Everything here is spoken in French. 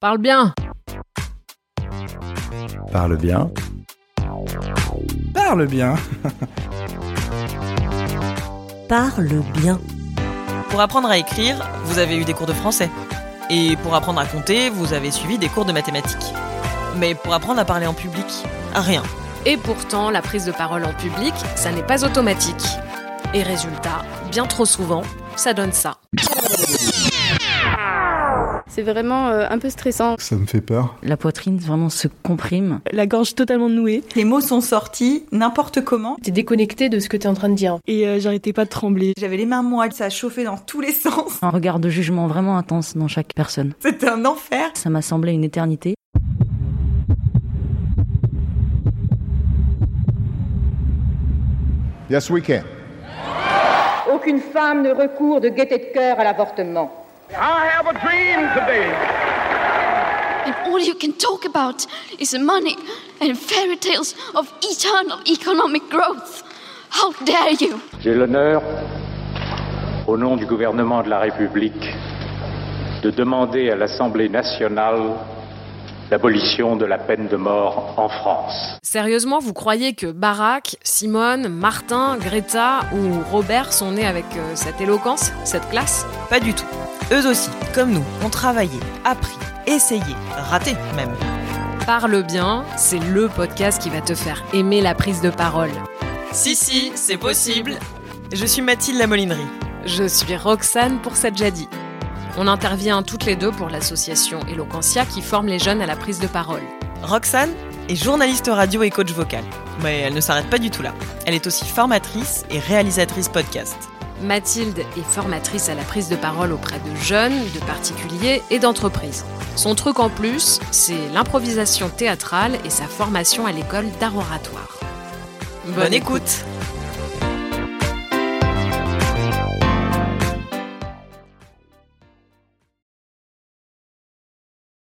Parle bien Parle bien. Parle bien. Parle bien. Pour apprendre à écrire, vous avez eu des cours de français. Et pour apprendre à compter, vous avez suivi des cours de mathématiques. Mais pour apprendre à parler en public, rien. Et pourtant, la prise de parole en public, ça n'est pas automatique. Et résultat, bien trop souvent, ça donne ça. C'est vraiment euh, un peu stressant. Ça me fait peur. La poitrine vraiment se comprime. La gorge totalement nouée. Les mots sont sortis n'importe comment. T'es déconnecté de ce que t'es en train de dire. Et euh, j'arrêtais pas de trembler. J'avais les mains moites, ça chauffait dans tous les sens. Un regard de jugement vraiment intense dans chaque personne. C'était un enfer. Ça m'a semblé une éternité. Yes, we can. Aucune femme ne recourt de gaieté de cœur à l'avortement. I have a dream today. And all you can talk about is money and fairy tales of eternal economic growth. How dare you? J'ai l'honneur, au nom du gouvernement de la République, de demander à l'Assemblée nationale l'abolition de la peine de mort en France. Sérieusement, vous croyez que Barack, Simone, Martin, Greta ou Robert sont nés avec euh, cette éloquence, cette classe Pas du tout. Eux aussi, comme nous, ont travaillé, appris, essayé, raté même. Parle bien, c'est le podcast qui va te faire aimer la prise de parole. Si, si, c'est possible. Je suis Mathilde Lamolinerie. Je suis Roxane pour cette Jadi. On intervient toutes les deux pour l'association Eloquentia qui forme les jeunes à la prise de parole. Roxane est journaliste radio et coach vocal. Mais elle ne s'arrête pas du tout là. Elle est aussi formatrice et réalisatrice podcast. Mathilde est formatrice à la prise de parole auprès de jeunes, de particuliers et d'entreprises. Son truc en plus, c'est l'improvisation théâtrale et sa formation à l'école d'art oratoire. Bonne, Bonne, écoute. écoute.